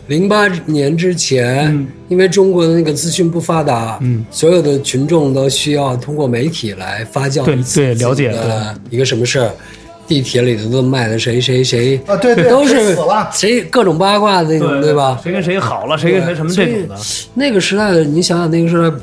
Speaker 4: 零八年之前，因为中国的那个资讯不发达，嗯，所有的群众都需要通过媒体来发酵
Speaker 3: 对
Speaker 4: 彼此
Speaker 3: 对了解
Speaker 4: 的一个什么事儿。地铁里头都卖的谁谁谁
Speaker 2: 啊对对
Speaker 4: 都是
Speaker 2: 谁死了
Speaker 4: 谁各种八卦的那种，对吧？
Speaker 3: 谁跟谁好了，谁跟谁什么这种的，
Speaker 4: 那个时代的，你想想那个时代，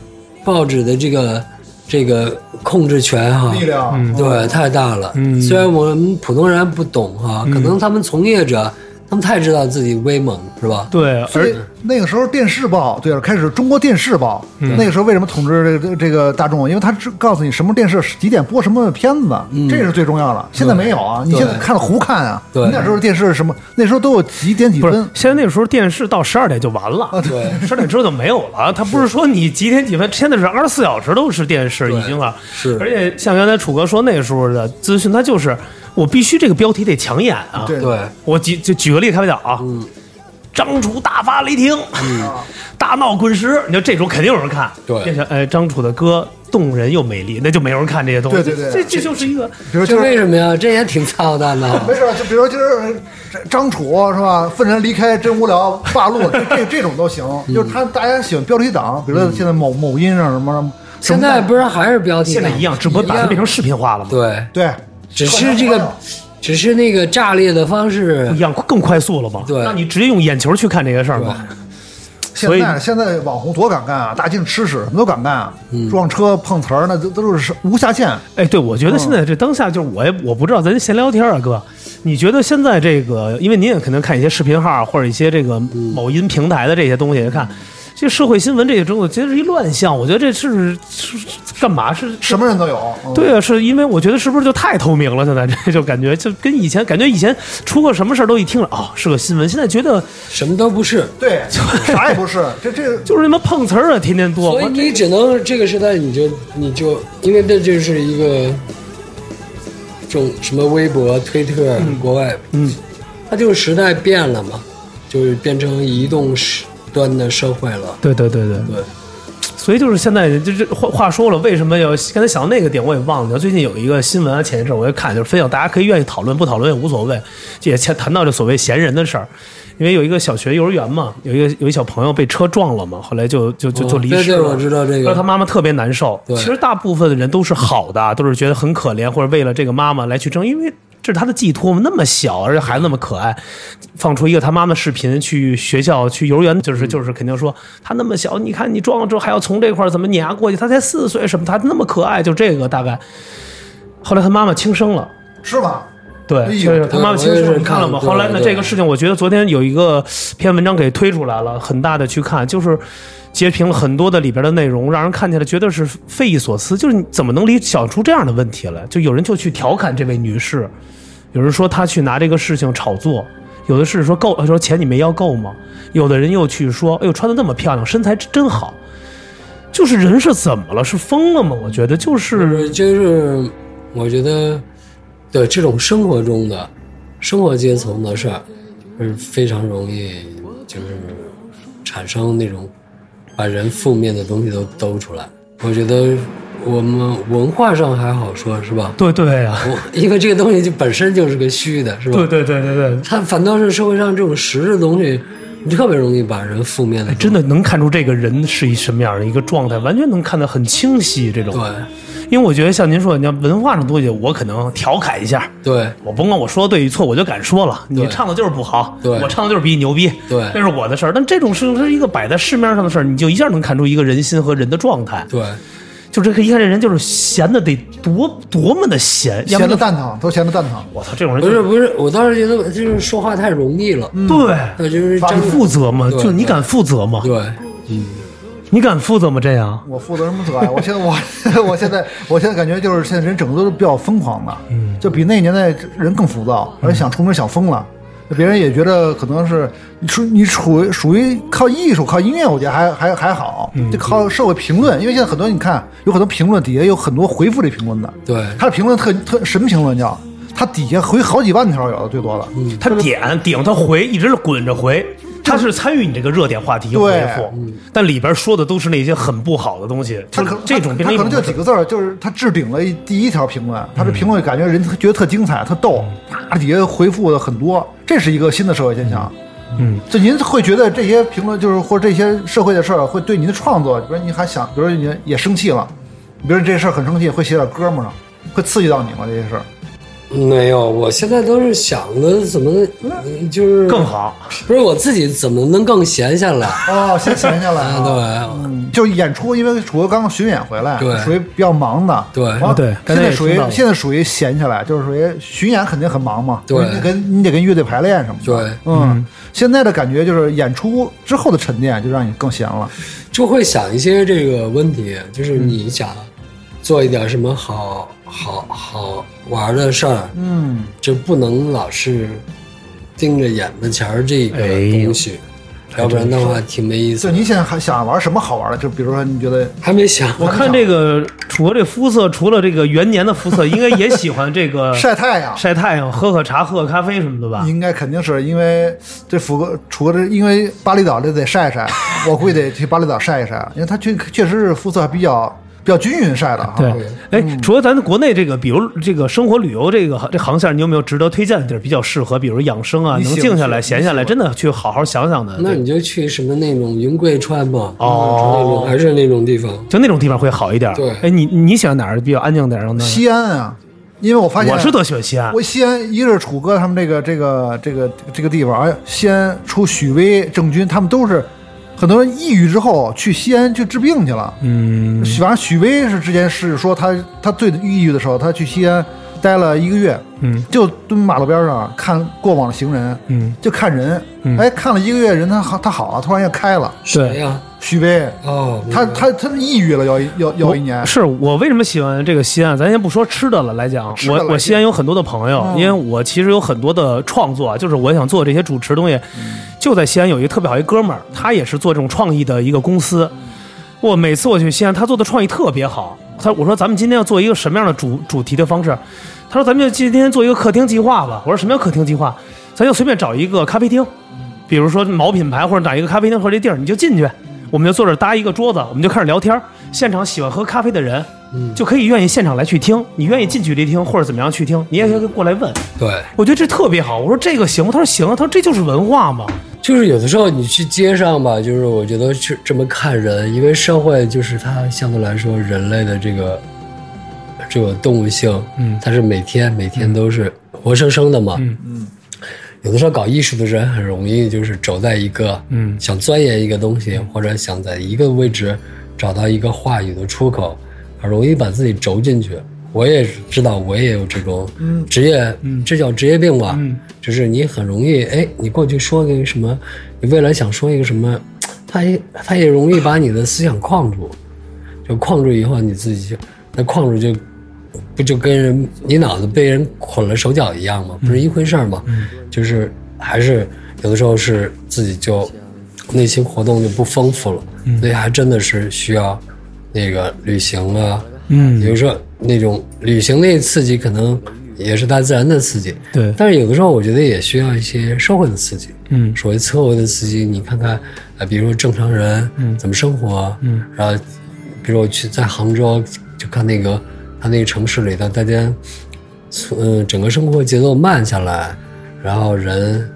Speaker 4: 报纸的这个这个控制权哈，
Speaker 2: 力量，
Speaker 4: 对，太大了。
Speaker 3: 嗯
Speaker 4: 虽然我们普通人不懂哈，可能他们从业者，他们太知道自己威猛，是吧？
Speaker 3: 对，
Speaker 2: 所以
Speaker 3: 而
Speaker 2: 那个时候电视报，对了，开始中国电视报。
Speaker 4: 嗯
Speaker 2: 那个时候为什么统治这个这个大众？因为他只告诉你什么电视几点播什么片子，这是最重要的。现在没有啊，你现在看了胡看啊。
Speaker 4: 嗯对
Speaker 2: 那时候电视是什么？那时候都有几点几
Speaker 3: 不是
Speaker 2: 分，
Speaker 3: 现在那时候电视到十二点就完了，
Speaker 4: 对，
Speaker 3: 十点之后就没有了。他不是说你几点几分，现在是二十四小时都是电视已经了。
Speaker 4: 是
Speaker 3: 而且像刚才楚哥说那时候的资讯，它就是我必须这个标题得抢眼啊。
Speaker 2: 对
Speaker 4: 对，
Speaker 3: 我举就举个例开玩笑啊，张楚大发雷霆，大闹滚石，你说这种肯定有人看。
Speaker 4: 对
Speaker 3: 变成哎张楚的歌动人又美丽，那就没有人看这些东
Speaker 2: 对
Speaker 3: 西。
Speaker 2: 对对
Speaker 3: 这这就是一个
Speaker 2: 比如今
Speaker 4: 这
Speaker 2: 儿
Speaker 4: 为什么呀？这也挺操蛋
Speaker 3: [laughs]
Speaker 4: 的哈
Speaker 2: 没。事，就比如今儿张楚是吧？愤然离开，真无聊，霸路，这
Speaker 4: [laughs]
Speaker 2: 这这种都行。
Speaker 4: 嗯
Speaker 2: 就是他大家喜欢标题党，比如说现在某某音上什么什么，
Speaker 4: 现在不是还是标题
Speaker 3: 现
Speaker 4: 党
Speaker 3: 在一样，只不过把它变成视频化了嘛。
Speaker 4: 对，
Speaker 2: 对，
Speaker 4: 只是这个，只是那个炸裂的方式
Speaker 3: 不一。样，更快速了嘛？
Speaker 4: 对
Speaker 3: 让你直接用眼球去看这些事儿嘛。所
Speaker 2: 现
Speaker 3: 以
Speaker 2: 在现在网红多敢干啊，大镜吃屎什么都敢干啊，
Speaker 3: 嗯
Speaker 2: 撞车碰瓷儿那都都是无下限。
Speaker 3: 哎，对，我觉得现
Speaker 4: 嗯
Speaker 3: 在这当下就是我也我不知道，咱闲聊天啊，哥，你觉得现在这个，因为您也可能看一些视频号或者一些这个
Speaker 4: 嗯
Speaker 3: 某音平台的这些东西，看这社会新闻这些东西，其实是一乱象。我觉得这是是是干嘛是
Speaker 2: 什么人都有。嗯，
Speaker 3: 对啊，是因为我觉得是不是就太透明了？现在这就感觉就跟以前感觉以前出个什么事儿都一听着哦是个新闻，现在觉得
Speaker 4: 什么都不是，
Speaker 2: 对，啥也不是，这这
Speaker 3: 就是他妈碰瓷儿啊，天天多。
Speaker 4: 所以你只能这个时代，你就你就因为这就是一个这种什么微博、推特，国外，嗯，它就是时代变了嘛，就是变成移动时端的社会了。
Speaker 3: 对对对对
Speaker 4: 对，
Speaker 3: 所以就是现在，就是话话说了，为什么要刚才想到那个点我也忘了。最近有一个新闻啊，前一阵我也看，就是分享，大家可以愿意讨论，不讨论也无所谓。这也前谈到这所谓闲人的事儿，因为有一个小学幼儿园嘛，有一个有一小朋友被车撞了嘛，后来就就就就
Speaker 4: 哦
Speaker 3: 离
Speaker 4: 对
Speaker 3: 世
Speaker 4: 对
Speaker 3: 了。
Speaker 4: 我知道这个
Speaker 3: 然后他妈妈特别难受。
Speaker 4: 对
Speaker 3: 其实大部分的人都是好的，啊都是觉得很可怜，或者为了这个妈妈来去争，因为。这是他的寄托嘛，那么小，而且孩子那么可爱，放出一个他妈妈视频去学校去幼儿园，就是就是肯定说他那么小，你看你撞了之后还要从这块儿怎么碾压过去，他才四岁什么，他那么可爱，就这个大概。后来他妈妈轻生了。
Speaker 2: 是吧？
Speaker 3: 对，
Speaker 2: 哎呦
Speaker 3: 就是他妈妈轻
Speaker 4: 我也
Speaker 3: 生，
Speaker 4: 是
Speaker 3: 你看了吗？
Speaker 4: 看
Speaker 3: 后来
Speaker 4: 对
Speaker 3: 呢，
Speaker 4: 对
Speaker 3: 这个事情，我觉得昨天有一个篇文章给推出来了，很大的去看，就是截屏了很多的里边的内容，让人看起来觉得是匪夷所思，就是你怎么能理想出这样的问题来？就有人就去调侃这位女士，有人说她去拿这个事情炒作。有的是说够，说钱你没要够吗？有的人又去说，哎呦，穿的那么漂亮，身材真好，就是人是怎么了？是疯了吗？我觉得就是
Speaker 4: 就是就是，我觉得对这种生活中的生活阶层的事儿，是非常容易就是产生那种把人负面的东西都兜出来。我觉得我们文化上还好说，是吧？
Speaker 3: 对对啊，
Speaker 4: 我因为这个东西就本身就是个虚的，是吧？
Speaker 3: 对对对对对，
Speaker 4: 它反倒是社会上这种实质的东西，你特别容易把人负面的
Speaker 3: 哎真的能看出这个人是一什么样的一个状态，完全能看得很清晰。这种
Speaker 4: 对，
Speaker 3: 因为我觉得像您说，你要文化上的东西，我可能调侃一下，
Speaker 4: 对
Speaker 3: 我甭管我说对与错，我就敢说了。你
Speaker 4: 对
Speaker 3: 唱的就是不好，
Speaker 4: 对
Speaker 3: 我唱的就是比你牛逼，
Speaker 4: 对
Speaker 3: 那是我的事儿。但这种事情是一个摆在市面上的事儿，你就一下能看出一个人心和人的状态。
Speaker 4: 对
Speaker 3: 就这个一看这人就是闲的得多多么的闲，要
Speaker 2: 闲
Speaker 3: 不
Speaker 2: 的
Speaker 3: 然
Speaker 2: 蛋疼，都闲的蛋疼。
Speaker 3: 我操，这种人
Speaker 4: 不
Speaker 3: 就是
Speaker 4: 不是，我倒是觉得就是说话太容易了，
Speaker 3: 对。
Speaker 4: 那就是
Speaker 3: 你
Speaker 4: 张
Speaker 3: 负责吗？
Speaker 4: 嗯对
Speaker 3: 就你
Speaker 4: 对
Speaker 3: 敢负责吗？
Speaker 4: 对，
Speaker 3: 你敢负责吗？这样，
Speaker 2: 我负责什么责呀？我现在我我现在我现在感觉就是现在人整个都是比较疯狂的，就比那年代人更浮躁，而且想出门想疯了。别人也觉得可能是你属你属于属于靠艺术靠音乐，我觉得还还还好，就靠社会评论，因为现在很多你看有很多评论底下有很多回复这评论的，
Speaker 4: 对
Speaker 2: 他的评论特特什么评论叫？他底下回好几万条有的最多了，
Speaker 3: 他点顶他回，一直滚着回，他是参与你这个热点话题回
Speaker 2: 对
Speaker 3: 复，但里边说的都是那些很不好的东西，
Speaker 2: 他
Speaker 3: 就
Speaker 2: 可
Speaker 3: 这种
Speaker 2: 他
Speaker 3: 变
Speaker 2: 他
Speaker 3: 成一
Speaker 2: 可能
Speaker 3: 种
Speaker 2: 就几个字儿，就是他置顶了一第一条评论，他这评论
Speaker 3: 嗯
Speaker 2: 感觉人觉得特精彩，特逗，啪底下回复的很多，这是一个新的社会现象。
Speaker 3: 嗯，
Speaker 2: 就您会觉得这些评论就是或者这些社会的事儿会对您的创作，比如你还想，比如你也生气了，比如这事儿很生气，会写点歌吗？会刺激到你吗？这些事儿
Speaker 4: 没有，我现在都是想着怎么就是
Speaker 3: 更，好。
Speaker 4: 不是我自己怎么能更闲下来？
Speaker 2: 哦，先闲下来啊。
Speaker 4: 啊，[laughs] 对，
Speaker 2: 嗯，就是演出，因为楚哥刚巡演回来，
Speaker 4: 对
Speaker 2: 属于比较忙的，
Speaker 4: 对
Speaker 2: 然后
Speaker 3: 啊对刚
Speaker 2: 现
Speaker 3: 才也
Speaker 2: 在属
Speaker 3: 听
Speaker 2: 于
Speaker 3: 到了
Speaker 2: 现在属于闲起来，就是属于巡演肯定很忙嘛，
Speaker 4: 对
Speaker 2: 你得跟你得跟乐队排练什么的，
Speaker 4: 对
Speaker 2: 嗯，现在的感觉就是演出之后的沉淀就让你更闲了，
Speaker 4: 就会想一些这个问题，就是你想做一点什么好好好玩的事儿，
Speaker 2: 嗯，
Speaker 4: 就不能老是盯着眼巴前儿这个
Speaker 3: 哎
Speaker 4: 东西，要不然的话挺没意思
Speaker 2: 就
Speaker 4: 的。
Speaker 2: 你现在还想玩什么好玩的？就比如说你觉得
Speaker 4: 还没想，
Speaker 3: 我看这个楚哥这肤色，除了这个元年的肤色，应该也喜欢这
Speaker 2: [laughs]
Speaker 3: 个
Speaker 2: 晒太阳，
Speaker 3: 晒太阳、喝喝茶、喝喝咖啡什么的吧？
Speaker 2: 应该肯定是因为这福哥，除了因为巴厘岛这得晒晒，我估计得去巴厘岛晒一晒，因为它确确实是肤色还比较比较均匀晒的哈，
Speaker 3: 对，哎，除了咱国内这个，比如这个生活旅游这个这航线，你有没有值得推荐的地儿比较适合，比如养生啊，
Speaker 2: 你
Speaker 3: 能
Speaker 2: 喜欢
Speaker 3: 静下来、
Speaker 2: 去
Speaker 3: 闲下来，真的去好好想想的，
Speaker 4: 那你就去什么那种云贵川吧，
Speaker 3: 哦
Speaker 4: 还是那种地方。
Speaker 3: 就那种地方会好一点。
Speaker 4: 对
Speaker 3: 哎，你你喜欢哪儿比较安静点儿？然后呢？
Speaker 2: 西安啊，因为我发现
Speaker 3: 我是特喜欢西安
Speaker 2: 我。西安一个是楚哥他们这个这个这个这个地方，哎，西安出许巍、郑钧，他们都是很多人抑郁之后去西安去治病去了。
Speaker 3: 嗯，
Speaker 2: 许反正许巍是之前是说他他最抑郁的时候，他去西安待了一个月，
Speaker 3: 嗯，
Speaker 2: 就蹲马路边上看过往的行人，
Speaker 3: 嗯，
Speaker 2: 就看人，哎，看了一个月人他好他好了，突然间开了。
Speaker 4: 谁哎呀、
Speaker 2: 许巍，
Speaker 4: 哦，
Speaker 2: 他他他是抑郁了要一要要一年
Speaker 3: 嗯我，是我为什么喜欢这个西安？咱先不说吃的了来讲，
Speaker 2: 吃的
Speaker 3: 我
Speaker 2: 来
Speaker 3: 我
Speaker 2: 讲嗯
Speaker 3: 西安有很多的朋友，因为我其实有很多的创作，啊就是我想做这些主持东西，
Speaker 2: 嗯
Speaker 3: 就在西安有一个特别好一哥们儿，他也是做这种创意的一个公司。我每次我去西安，他做的创意特别好。他我说咱们今天要做一个什么样的主主题的方式？他说咱们就今天做一个客厅计划吧。我说什么叫客厅计划？咱就随便找一个咖啡厅，比如说某品牌或者哪一个咖啡厅或者这地儿，你就进去，我们就坐这儿搭一个桌子，我们就开始聊天儿。现场喜欢喝咖啡的人，就可以愿意现场来去听，你愿意近距离听或者怎么样去听，你也可以过来问。
Speaker 4: 对，
Speaker 3: 我觉得这特别好。我说这个行吗？他说行啊。他说这就是文化嘛。
Speaker 4: 就是有的时候你去街上吧，就是我觉得是这么看人，因为社会就是它相对来说人类的这个这个动物性，嗯，它是每天每天都是活生生的嘛，嗯嗯。有的时候搞艺术的人很容易就是走在一个，嗯，想钻研一个东西，或者想在一个位置找到一个话语的出口，很容易把自己轴进去。我也知道，我也有这种职业，这叫职业病吧？就是你很容易，哎，你过去说个什么，你未来想说一个什么，他也他也容易把你的思想框住，就框住以后你自己就，那框住就不就跟人你脑子被人捆了手脚一样吗？不是一回事儿吗？就是还是有的时候是自己就内心活动就不丰富了，所以还真的是需要那个旅行啊，嗯，比如说那种旅行那刺激可能也是大自然的刺激，
Speaker 3: 对
Speaker 4: 但是有的时候我觉得也需要一些社会的刺激，
Speaker 3: 嗯
Speaker 4: 所谓社会的刺激，你看看，呃，比如说正常人，怎么生活，嗯，然后，比如我去在杭州，就看那个他那个城市里头，大家，嗯、整个生活节奏慢下来，然后人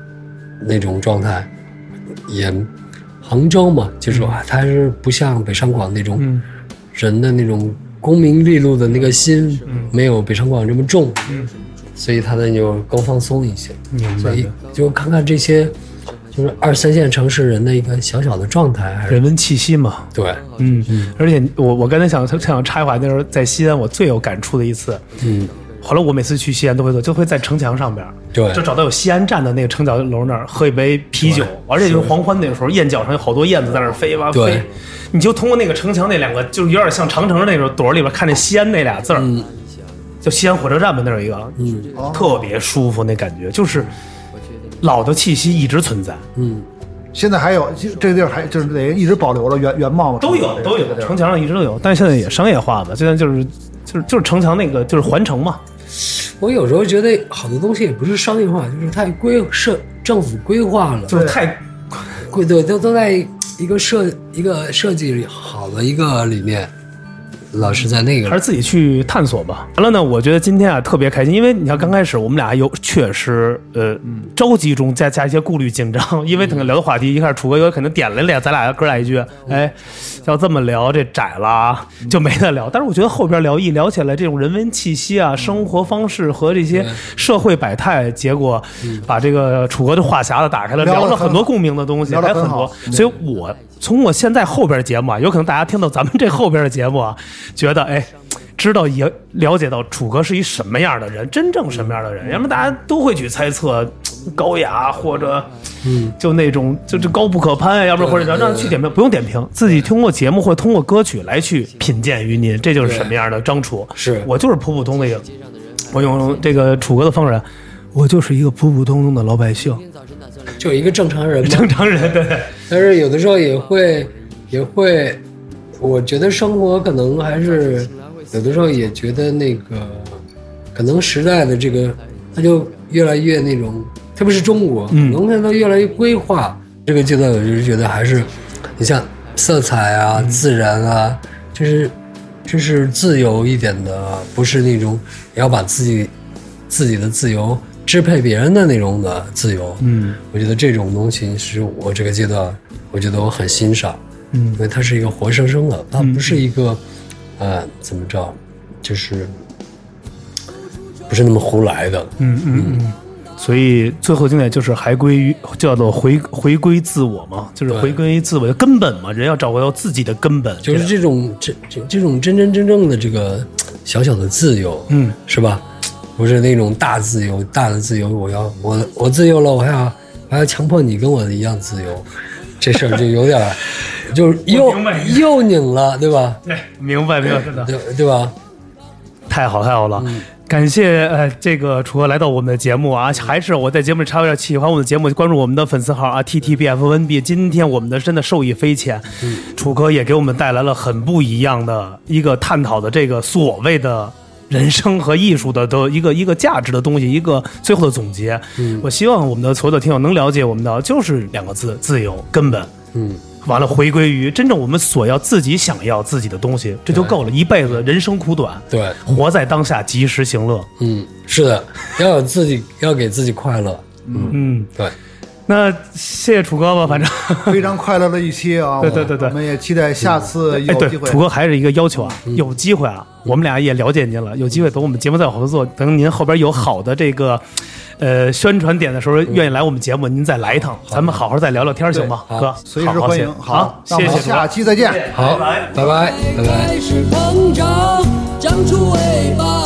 Speaker 4: 那种状态，也，杭州嘛，就是说啊，它是不像北上广那种人的那种功名利禄的那个心，没有北上广这么重，所以他呢就更放松一些。所以就看看这些，就是二三线城市人的一个小小的状态，还是
Speaker 3: 人文气息嘛。
Speaker 4: 对，
Speaker 3: 嗯，而且我我刚才想想插一话，那时候在西安我最有感触的一次，
Speaker 4: 嗯，
Speaker 3: 后来我每次去西安都会做，就会在城墙上边儿，
Speaker 4: 对
Speaker 3: 就找到有西安站的那个城角楼那儿喝一杯啤酒，而且就是黄昏那个时候，燕角上有好多燕子在那儿飞吧
Speaker 4: 对
Speaker 3: 飞，你就通过那个城墙那两个，就是有点像长城那种朵儿里边看见西安那俩字儿，
Speaker 4: 嗯
Speaker 3: 就西安火车站吧，那儿有一个，嗯，特别舒服那感觉，就是老的气息一直存在，
Speaker 4: 嗯
Speaker 2: 现在还有这这个地儿还就是得一直保留了原原貌嘛，
Speaker 3: 都有
Speaker 2: 这个
Speaker 3: 都有
Speaker 2: 这个地，儿
Speaker 3: 城墙上一直都有，但是现在也商业化了，现在就是就是就是城墙那个就是环城嘛，
Speaker 4: 我有时候觉得好多东西也不是商业化，就是太规设政府规划了，
Speaker 3: 就是太
Speaker 4: 规对都都在一个设一个设计好的一个里面，老是在那个
Speaker 3: 还是自己去探索吧。完了呢，我觉得今天啊特别开心，因为你看刚开始我们俩有确实呃
Speaker 2: 嗯
Speaker 3: 着急中加加一些顾虑紧张，因为可能聊的话题一开始楚哥有可能点了俩咱俩哥俩一句，
Speaker 2: 嗯
Speaker 3: 哎，要这么聊这窄了啊就没得聊。但是我觉得后边聊一聊起来，这种人文气息
Speaker 2: 嗯
Speaker 3: 啊、生活方式和这些社会百态，结果把这个楚哥的话匣子打开了，
Speaker 2: 嗯聊得
Speaker 3: 聊了
Speaker 2: 很
Speaker 3: 很多共鸣的东西，
Speaker 2: 聊得
Speaker 3: 还有
Speaker 2: 很
Speaker 3: 很多
Speaker 2: 好。
Speaker 3: 所以我从我现在后边节目啊，有可能大家听到咱们这后边的节目啊，觉得哎。知道也了解到楚哥是一什么样的人，真正什么样的人，要么大家都会去猜测，嗯高雅或者，嗯，就那种就这高不可攀，啊要不然或者让让去点评，不用点评，自己通过节目或通过歌曲来去品鉴于您，这就是什么样的张楚。
Speaker 4: 是
Speaker 3: 我就是普普通的一个，我用这个楚哥的方式，我就是一个普普通通的老百姓，
Speaker 4: 就一个正常人嘛
Speaker 3: 正。常人，对。
Speaker 4: 但是有的时候也会也会，我觉得生活可能还是有的时候也觉得那个，可能时代的这个，它就越来越那种，特别是中国，可能它都越来越规划。这个阶段，我就是觉得还是，你像色彩啊、自然啊，就是就是自由一点的，不是那种也要把自己自己的自由支配别人的那种的自由。嗯，我觉得这种东西是我这个阶段，我觉得我很欣赏。嗯，因为它是一个活生生的，它不是一个，呃，怎么着，就是不是那么胡来的。
Speaker 3: 嗯嗯嗯，所以最后经典就是还归于叫做回回归自我嘛，就是
Speaker 4: 对
Speaker 3: 回归自我的根本嘛，人要找回到自己的根本，
Speaker 4: 就是这种这这这种真真正正的这个小小的自由，
Speaker 3: [laughs] 嗯，
Speaker 4: 是吧？不是那种大自由，大的自由，我要我我自由了，我还要我还要强迫你跟我一样自由，这事儿就有点儿，就是又
Speaker 3: 我明白
Speaker 4: 又拧了，对吧？
Speaker 3: 对，哎明白明白，真的
Speaker 4: 对对吧？
Speaker 3: 太好太好了。感谢呃，这个楚哥来到我们的节目啊，还是我在节目里插播一下，喜欢我们的节目，关注我们的粉丝号啊，T T B F N B。今天我们的真的受益匪浅，楚哥也给我们带来了很不一样的一个探讨的这个所谓的人生和艺术的的一个一个价值的东西，一个最后的总结。我希望我们的所有的听友能了解我们的就是两个字：自由根本。
Speaker 4: 嗯，
Speaker 3: 完了，回归于真正我们所要自己想要自己的东西，这就够了。一辈子人生苦短，
Speaker 4: 对，
Speaker 3: 活在当下，及时行乐。
Speaker 4: 嗯，是的，要有自己，要给自己快乐，
Speaker 3: 嗯，
Speaker 4: 对。
Speaker 3: 那谢谢楚哥吧，反正。 [laughs]
Speaker 2: [laughs] 非常快乐的一期啊！
Speaker 3: 对对对对
Speaker 2: 我们也期待下次
Speaker 3: 哎，
Speaker 2: 有
Speaker 3: 对
Speaker 2: 机，会嗯
Speaker 3: 楚。哥还是一个要求啊，有机会啊，我们俩也了解您了，有机会等我们节目再有合作，等您后边有好的这个，呃，宣传点的时候，
Speaker 2: 嗯
Speaker 3: 愿意来我们节目，您再来一趟，咱们好好再聊聊天，行吗，
Speaker 4: 好
Speaker 3: 哥？
Speaker 2: 随时
Speaker 3: 好好
Speaker 2: 欢
Speaker 3: 谢
Speaker 2: 迎。
Speaker 3: 好，
Speaker 2: 那我
Speaker 3: 谢
Speaker 2: 们
Speaker 3: 谢楚哥
Speaker 2: 下期再见。
Speaker 4: 好，拜拜，拜拜。
Speaker 1: 开始膨胀，长出尾巴。